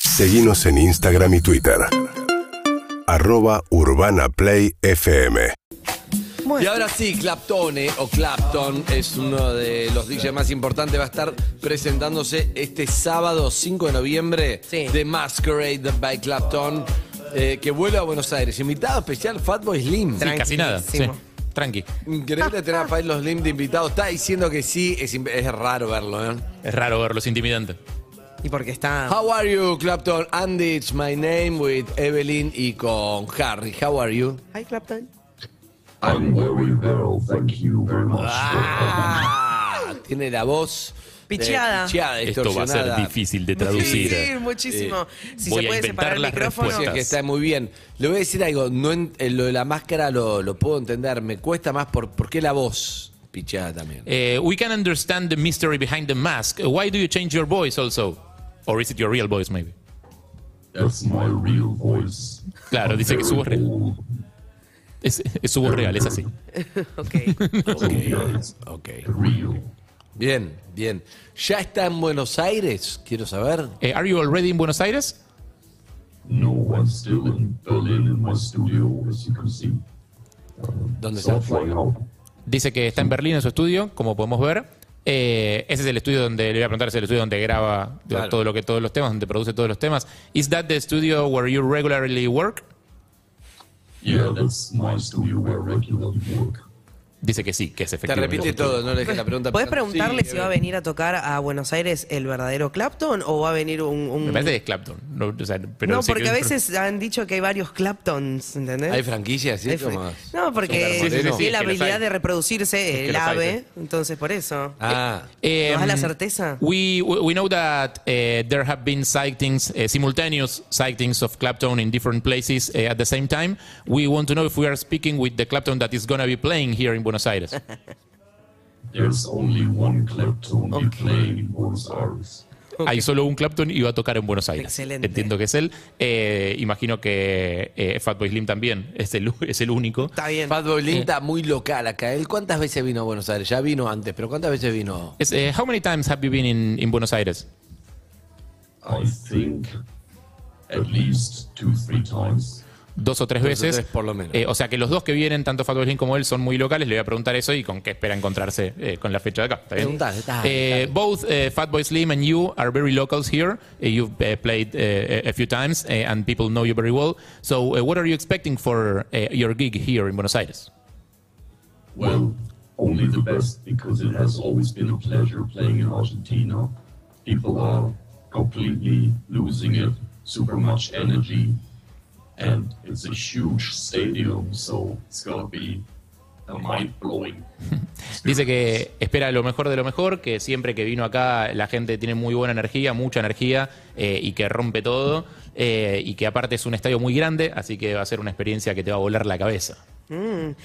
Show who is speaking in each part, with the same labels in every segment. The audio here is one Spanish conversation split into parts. Speaker 1: Seguimos en Instagram y Twitter. Arroba Urbana Play FM.
Speaker 2: Y ahora sí, Claptone o Clapton es uno de los DJs más importantes. Va a estar presentándose este sábado 5 de noviembre
Speaker 3: Sí.
Speaker 2: de Masquerade by Clapton, eh, que vuelve a Buenos Aires. Invitado especial, Fatboy Slim.
Speaker 4: Sí, casi nada. Sí. Tranqui.
Speaker 2: Increíble tener a Fatboy Slim de invitado. Está diciendo que sí, es, im- es raro verlo, ¿eh?
Speaker 4: Es raro verlos intimidante.
Speaker 3: Y porque
Speaker 4: Ah.
Speaker 3: está.
Speaker 2: How are you, Clapton? Andy, it's my name with Evelyn y con Harry. How are you?
Speaker 3: Hi, Clapton.
Speaker 5: I'm very well, thank you very
Speaker 3: Oh,
Speaker 5: much.
Speaker 2: Ah, tiene la voz de-
Speaker 3: Picheada.
Speaker 2: picheada,
Speaker 4: Esto va a ser
Speaker 2: distorsionada.
Speaker 4: difícil de
Speaker 3: Sí,
Speaker 4: traducir.
Speaker 3: sí, muchísimo. si
Speaker 4: voy
Speaker 3: se
Speaker 4: a
Speaker 3: puede
Speaker 4: inventar
Speaker 3: separar el
Speaker 4: las
Speaker 2: O
Speaker 3: micrófono.
Speaker 2: sea, Pues que
Speaker 4: respuestas.
Speaker 2: está muy bien. Le voy a decir algo, no en- eh, lo de la máscara lo, lo puedo entender, me cuesta más por, por qué la voz pichada también.
Speaker 4: Eh, we can understand the mystery behind the mask. Why do you change your voice also? Or is it your real voice maybe?
Speaker 5: That's my real voice.
Speaker 4: Claro, dice que su voz real.
Speaker 5: Old.
Speaker 4: Es, es su voz real, es así.
Speaker 3: Ok.
Speaker 2: Ok.
Speaker 5: Real.
Speaker 2: Bien, bien. ¿Ya está en Buenos Aires? Quiero saber.
Speaker 4: Eh, are you already in Buenos Aires?
Speaker 5: No, I'm still in Berlin in my studio, as you can see.
Speaker 2: ¿Dónde
Speaker 5: So
Speaker 2: está?
Speaker 4: Oh,
Speaker 5: I'm flying out.
Speaker 4: Dice que está en Berlín en su estudio, como podemos ver. Eh, ese es el estudio donde, le voy a preguntar, es el estudio donde graba de-
Speaker 2: Claro.
Speaker 4: todo lo que, todos los temas, donde produce todos los temas. Is that the studio where you regularly work?
Speaker 5: Yeah, that's my studio where I regularly work.
Speaker 4: Dice que sí, que es
Speaker 2: Te
Speaker 4: efectivamente.
Speaker 2: repite todo, no le dejé la pregunta.
Speaker 3: ¿Puedes
Speaker 2: pensando.
Speaker 3: preguntarle
Speaker 2: Sí, eh,
Speaker 3: si
Speaker 4: eh.
Speaker 3: va a venir a tocar a Buenos Aires el verdadero Clapton o va a venir un. un-
Speaker 4: Me parece que es Clapton. No, o sea, pero
Speaker 3: no,
Speaker 4: sí que-
Speaker 3: porque a veces han dicho que hay varios Claptons, ¿entendés?
Speaker 2: ¿Hay franquicias? ¿sí?
Speaker 3: Hay
Speaker 2: ¿Cómo
Speaker 3: fran-
Speaker 2: es?
Speaker 3: No,
Speaker 2: Super
Speaker 3: porque
Speaker 4: Sí, sí, sí,
Speaker 3: tiene
Speaker 4: sí, es que
Speaker 3: la
Speaker 4: los
Speaker 3: habilidad
Speaker 4: hay.
Speaker 3: de reproducirse
Speaker 4: que
Speaker 3: el
Speaker 4: los hay,
Speaker 3: ave,
Speaker 4: sí.
Speaker 3: entonces por eso.
Speaker 2: Ah,
Speaker 4: Eh,
Speaker 3: ¿Nos da la certeza?
Speaker 4: We, we we know that eh, there have been sightings, eh, simultaneous sightings of Clapton in different places eh, at the same time. We want to know if we are speaking with the Clapton that is going to be playing here in Buenos Aires.
Speaker 5: There's only one Clapton be playing in Buenos Aires.
Speaker 4: Hay solo un Clapton y va a tocar en Buenos Aires.
Speaker 3: Excelente.
Speaker 4: Entiendo que es él. Eh, imagino que eh, Fatboy Slim también es el, es el único.
Speaker 3: Está bien. Eh.
Speaker 2: Fatboy Slim está muy local acá. ¿Él cuántas veces vino a Buenos Aires? Ya vino antes, pero ¿cuántas veces vino?
Speaker 4: Es, eh, how many times have you been in, in Buenos Aires?
Speaker 5: I think at least two, three times.
Speaker 4: Dos o tres
Speaker 2: Dos o
Speaker 4: veces.
Speaker 2: tres por lo menos.
Speaker 4: Eh, o sea que los dos que vienen, tanto Fatboy Slim como él, son muy locales. Le voy a preguntar eso y con qué espera encontrarse eh, con la fecha de acá. ¿Está bien?
Speaker 2: Preguntale, dale,
Speaker 4: Eh, Both eh, Fatboy Slim and you are very locals here. Eh, you've eh, played eh, a- a few times eh, and people know you very well. So, eh, what are you expecting for eh, your gig here in Buenos Aires?
Speaker 5: Well, only the best because it has always been a pleasure playing in Argentina. People are completely losing it, super much energy, and it's a huge stadium, so it's gonna be a mind blowing.
Speaker 4: Dice que espera lo mejor de lo mejor, que siempre que vino acá la gente tiene muy buena energía, mucha energía eh, y que rompe todo eh, y que aparte es un estadio muy grande, así que va a ser una experiencia que te va a volar la cabeza.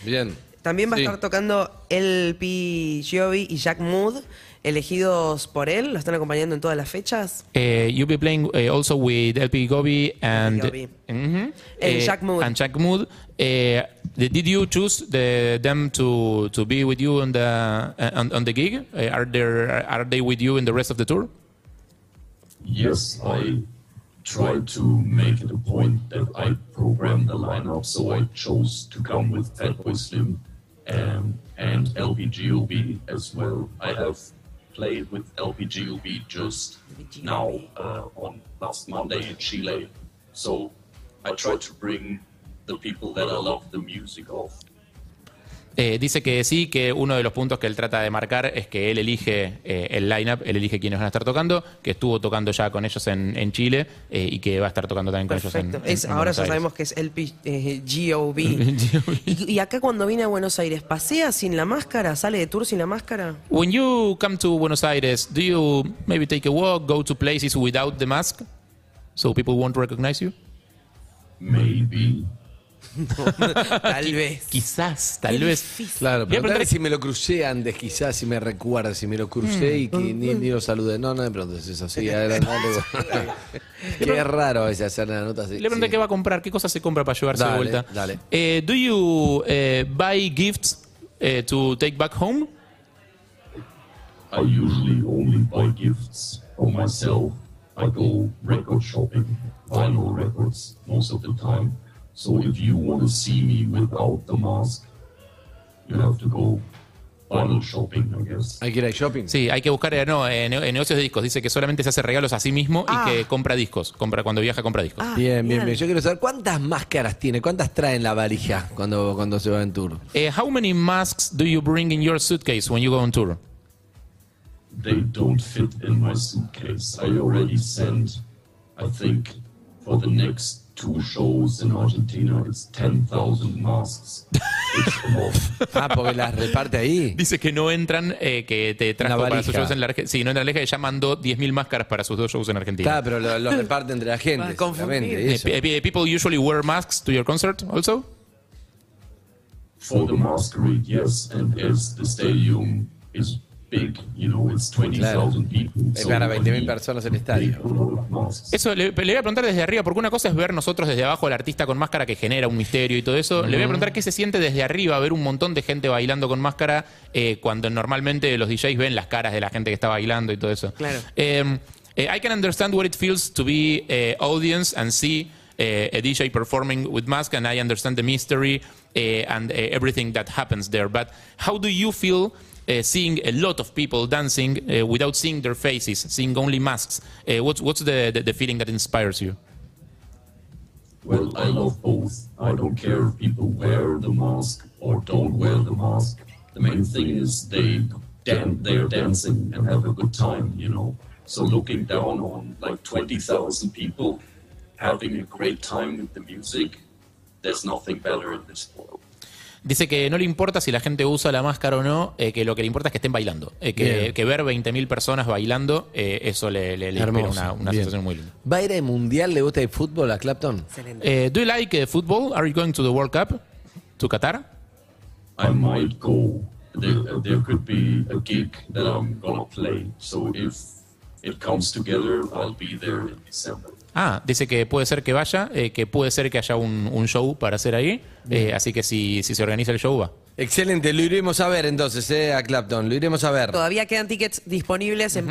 Speaker 2: Bien.
Speaker 3: También va
Speaker 2: Sí.
Speaker 3: a estar tocando El P. Giovi y Jack Mood, elegidos por él, lo están acompañando en todas las fechas.
Speaker 4: Eh, you'll be playing eh, also with LP Gobi and
Speaker 3: Gobi.
Speaker 4: Mhm.
Speaker 3: And
Speaker 4: Eh,
Speaker 3: Jack Mood.
Speaker 4: And Jack Mood. Eh, the- did you choose the, them to, to be with you on the eh, on, on the gig? Eh, are there are they with you in the rest of the tour?
Speaker 5: Yes, I tried to make it a point that I programmed the lineup, so I chose to come with Fatboy Slim and, and LPGOB as well. I have played with LPGOB just now uh, on last Monday in Chile, so I tried to bring the people that I love the music of.
Speaker 4: Eh, dice que sí, que uno de los puntos que él trata de marcar es que él elige eh, el lineup, él elige quiénes van a estar tocando, que estuvo tocando ya con ellos en, en Chile eh, y que va a estar tocando también con ellos
Speaker 3: Perfecto.
Speaker 4: en- en,
Speaker 3: Es,
Speaker 4: en
Speaker 3: ahora
Speaker 4: Buenos
Speaker 3: ya
Speaker 4: Aires.
Speaker 3: sabemos que es El P. eh, G.O.B. y, y acá cuando viene a Buenos Aires, ¿pasea sin la máscara? ¿Sale de tour sin la máscara?
Speaker 4: When you come to Buenos Aires, do you maybe take a walk, go to places without the mask, so people won't recognize you?
Speaker 5: Maybe
Speaker 3: Tal vez.
Speaker 4: Quizás, tal
Speaker 3: Qué
Speaker 4: vez.
Speaker 3: difícil.
Speaker 2: Claro,
Speaker 4: Voy a
Speaker 2: preguntarle
Speaker 4: preguntar-
Speaker 2: si me lo crucé antes, quizás, si me recuerda, si me lo crucé
Speaker 3: Mm.
Speaker 2: y que ni, ni lo saludé. No, no me preguntes eso, sí, adelante. Qué raro a veces hacer la nota así.
Speaker 4: Le pregunté
Speaker 2: sí.
Speaker 4: qué va a comprar, qué cosas se compra para llevarse
Speaker 2: Dale,
Speaker 4: de vuelta.
Speaker 2: dale.
Speaker 4: Eh, do you eh, buy gifts eh, to take back home?
Speaker 5: I usually only buy gifts for myself. I go record shopping, vinyl records most of the time. So if you want to see me without the mask, you have to go vinyl shopping, I guess.
Speaker 2: Hay que ir al shopping.
Speaker 4: Sí, hay que buscar eh, no, eh, ne- en negocios de discos. Dice que solamente se hace regalos a sí mismo
Speaker 3: Ah.
Speaker 4: y que compra discos. Compra cuando viaja compra discos.
Speaker 3: Ah,
Speaker 2: Bien, bien, bien. Yo quiero saber cuántas máscaras tiene, cuántas trae en la valija cuando, cuando se va en tour.
Speaker 4: Eh, how many masks do you bring in your suitcase when you go on tour?
Speaker 5: They don't fit in my suitcase. I already sent, I think, for the next two shows in Argentina, it's 10,000 masks. It's a lot.
Speaker 2: Ah, porque las reparte ahí.
Speaker 4: Dice que no entran, eh, que te trajo
Speaker 2: La
Speaker 4: para sus
Speaker 2: valija.
Speaker 4: shows en la Argentina. Sí, no entran en la valija, que ya mandó 10.000 máscaras para sus dos shows en Argentina.
Speaker 2: Está, pero los reparte entre la gente.
Speaker 3: Para confundir.
Speaker 2: seguramente,
Speaker 4: Eh,
Speaker 2: eso.
Speaker 4: pe- eh, people usually wear masks to your concert also?
Speaker 5: For the masquerade, yes, and as the stadium is big, you know, it's 20,000 people.
Speaker 2: Es para 20.000 personas el estadio.
Speaker 4: Eso le, le voy a preguntar desde arriba, porque una cosa es ver nosotros desde abajo al artista con máscara que genera un misterio y todo eso. Le voy a preguntar qué se siente desde arriba ver un montón de gente bailando con máscara eh, cuando normalmente los DJs ven las caras de la gente que está bailando y todo eso.
Speaker 3: Claro.
Speaker 4: Eh, eh, I can understand what it feels to be eh, audience and see eh, a DJ performing with mask, and I understand the mystery eh, and eh, everything that happens there. But how do you feel eh, seeing a lot of people dancing eh, without seeing their faces, seeing only masks? Eh, what's what's the, the, the feeling that inspires you?
Speaker 5: Well, I love both. I don't care if people wear the mask or don't wear the mask. The main thing is they dan- they're dancing and have a good time, you know. So looking down on like 20,000 people having a great time with the music, there's nothing better in this world.
Speaker 4: Dice que no le importa si la gente usa la máscara o no, eh, que lo que le importa es que estén bailando. Eh, que,
Speaker 2: Bien.
Speaker 4: que ver 20.000 personas bailando, eh, eso le, le, le inspira
Speaker 2: Hermoso.
Speaker 4: una, una
Speaker 2: Bien.
Speaker 4: sensación muy linda.
Speaker 2: ¿Va a ir al mundial? ¿Le gusta el fútbol a Clapton?
Speaker 3: Excelente.
Speaker 4: Eh, do you like eh, football? Are you going to the World Cup? To Qatar?
Speaker 5: I might go. There, there could be a gig that I'm gonna play. So if it comes together, I'll be there in December.
Speaker 4: Ah, dice que puede ser que vaya, eh, que puede ser que haya un, un show para hacer ahí. Eh, así que si, si se organiza el show, va.
Speaker 2: Excelente, lo iremos a ver entonces, eh, a Clapton. Lo iremos a ver.
Speaker 3: Todavía quedan tickets disponibles en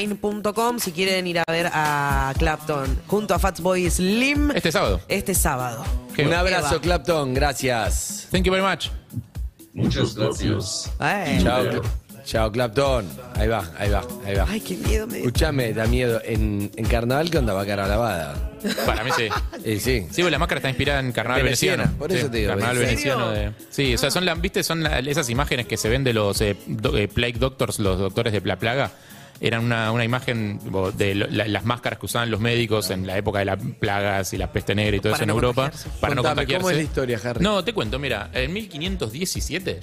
Speaker 3: passline.com si quieren ir a ver a Clapton junto a Fatboy Slim
Speaker 4: Este sábado.
Speaker 3: este sábado.
Speaker 4: Qué
Speaker 2: Un
Speaker 4: bueno.
Speaker 2: abrazo,
Speaker 3: Eva.
Speaker 2: Clapton. Gracias.
Speaker 4: Thank you very much.
Speaker 5: Muchas gracias.
Speaker 3: Ay.
Speaker 2: Chao, Cla- chao, Clapton. Ahí va, ahí va, ahí va.
Speaker 3: Ay, eh. qué miedo me dio.
Speaker 2: Escuchame, da miedo. En, en carnaval, ¿qué onda? Va a cara lavada.
Speaker 4: Para mí sí.
Speaker 2: Eh, sí.
Speaker 4: Sí, bueno, la máscara está inspirada en carnaval
Speaker 2: Veneciana,
Speaker 4: veneciano.
Speaker 2: por eso
Speaker 4: Sí,
Speaker 2: te digo,
Speaker 4: Carnaval
Speaker 2: veneciano.
Speaker 4: veneciano. de- sí, o sea, son, las, ¿viste? son la- esas imágenes que se ven de los eh, do- eh, Plague Doctors, los doctores de la plaga. Eran una, una imagen tipo, de lo- la- las máscaras que usaban los médicos en la época de las plagas y la peste negra y todo
Speaker 3: Para
Speaker 4: eso
Speaker 3: no
Speaker 4: en Europa.
Speaker 3: contagiarse.
Speaker 4: Para no
Speaker 2: Contame,
Speaker 4: contagiarse.
Speaker 2: ¿cómo es la historia, Harry?
Speaker 4: No, te cuento, mira, en 1517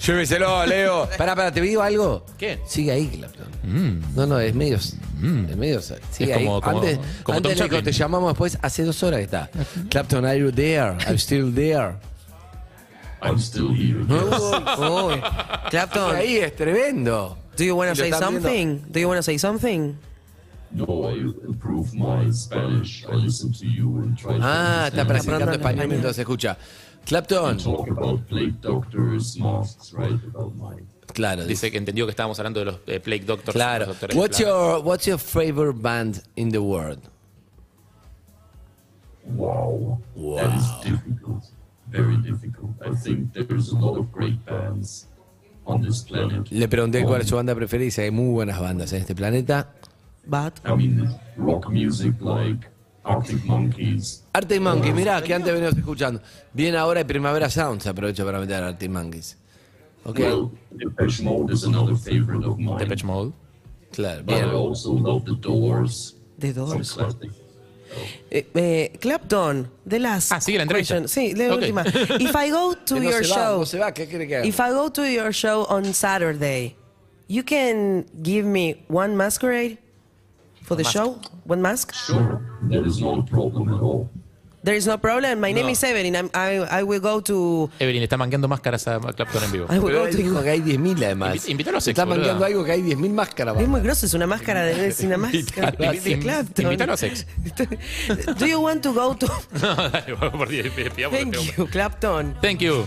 Speaker 2: Lléveselo, Leo. Pará, pará, te digo algo.
Speaker 4: ¿Qué? Mm.
Speaker 2: Sigue ahí, Clapton. No, no, es medio. Es medio. Sigue
Speaker 4: Es
Speaker 2: ahí.
Speaker 4: como- como-
Speaker 2: antes
Speaker 4: como Tom
Speaker 2: antes de que
Speaker 4: Chaplin.
Speaker 2: te llamamos después, hace dos horas que está. Clapton, are you there? I'm still there.
Speaker 5: I'm still here.
Speaker 3: Uy, Clapton,
Speaker 2: Ahí es tremendo.
Speaker 3: do you wanna
Speaker 2: Si lo
Speaker 3: say
Speaker 2: están viendo-
Speaker 3: something? Do you wanna say something?
Speaker 5: No, I improve my Spanish. I listen to you and try to
Speaker 2: Ah, está
Speaker 5: understand
Speaker 2: practicando
Speaker 3: Hablando
Speaker 2: español
Speaker 3: español.
Speaker 2: mientras escucha. Clapton.
Speaker 5: and talk about plague doctors, masks, right? About mine.
Speaker 2: Claro, dice.
Speaker 4: dice que entendió que estábamos hablando de los eh, Plague Doctors. los
Speaker 2: Claro.
Speaker 4: doctores de
Speaker 2: What's
Speaker 4: plaga.
Speaker 2: your, what's your favorite band in the world?
Speaker 5: Wow. That is difficult. Very difficult. I think there's a lot of great bands on this planet.
Speaker 2: Le pregunté cuál es
Speaker 4: Oh.
Speaker 2: su banda preferida y dice, hay muy buenas bandas en este planeta.
Speaker 3: But
Speaker 5: I mean, rock music like Arctic Monkeys.
Speaker 4: Oh.
Speaker 2: Arte Monkey, mirá, que antes venimos escuchando. Bien ahora y Primavera Sounds, aprovecho para meter Arte Monkeys. Ok,
Speaker 5: Well, Depeche Mode is another favorite of mine.
Speaker 4: Depeche Mode.
Speaker 2: claro,
Speaker 5: But I
Speaker 2: bien.
Speaker 5: also love The Doors.
Speaker 3: The
Speaker 5: Some
Speaker 3: Doors.
Speaker 5: classic.
Speaker 3: Eh, eh, Clapton, The Last.
Speaker 4: Ah, sigue la entrevista.
Speaker 3: question. Sí, la
Speaker 4: Ok.
Speaker 3: última. If I go to
Speaker 2: Que no
Speaker 3: your
Speaker 2: se va,
Speaker 3: show,
Speaker 2: no se va, ¿qué quiere que haga?
Speaker 3: if I go to your show on Saturday, you can give me one masquerade for the show, one mask.
Speaker 5: Sure, that is not a problem at all.
Speaker 3: There is no problem. My name is Evelyn. I'm, I I will go to
Speaker 4: Evelyn está manqueando máscaras a Clapton en vivo.
Speaker 3: I will
Speaker 2: Pero
Speaker 3: go
Speaker 2: él
Speaker 3: to
Speaker 2: dijo que hay 10.000 además.
Speaker 4: Invi- invítalo a sexo,
Speaker 2: Está
Speaker 4: boluda.
Speaker 2: manqueando algo que hay 10.000 máscaras.
Speaker 3: Es muy grosso, es una máscara de es una máscara
Speaker 4: Invítalo a
Speaker 3: de
Speaker 4: sexo.
Speaker 3: Clapton.
Speaker 4: Invítalo a sexo.
Speaker 3: Do you want to go to
Speaker 4: No, dale, por Dios, pidamos que
Speaker 3: Thank
Speaker 4: te-
Speaker 3: you, Clapton.
Speaker 4: Thank you.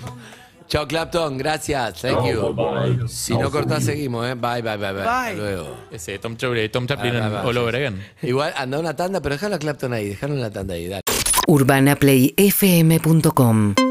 Speaker 2: Chao, Clapton. Gracias. Thank
Speaker 5: Ciao,
Speaker 2: you.
Speaker 5: bye-bye.
Speaker 2: Si no
Speaker 5: Now for
Speaker 2: cortás,
Speaker 5: you.
Speaker 2: seguimos, ¿eh? Bye, bye, bye, bye. Hasta
Speaker 3: Bye.
Speaker 2: luego.
Speaker 4: Ese Tom, Chau- Tom Chaplin
Speaker 2: Ah, va, va,
Speaker 4: all
Speaker 2: sí,
Speaker 4: over
Speaker 2: sí.
Speaker 4: again.
Speaker 2: Igual anda una tanda, pero dejalo a Clapton ahí, dejalo una tanda ahí, dale.
Speaker 6: urbanaplayfm.com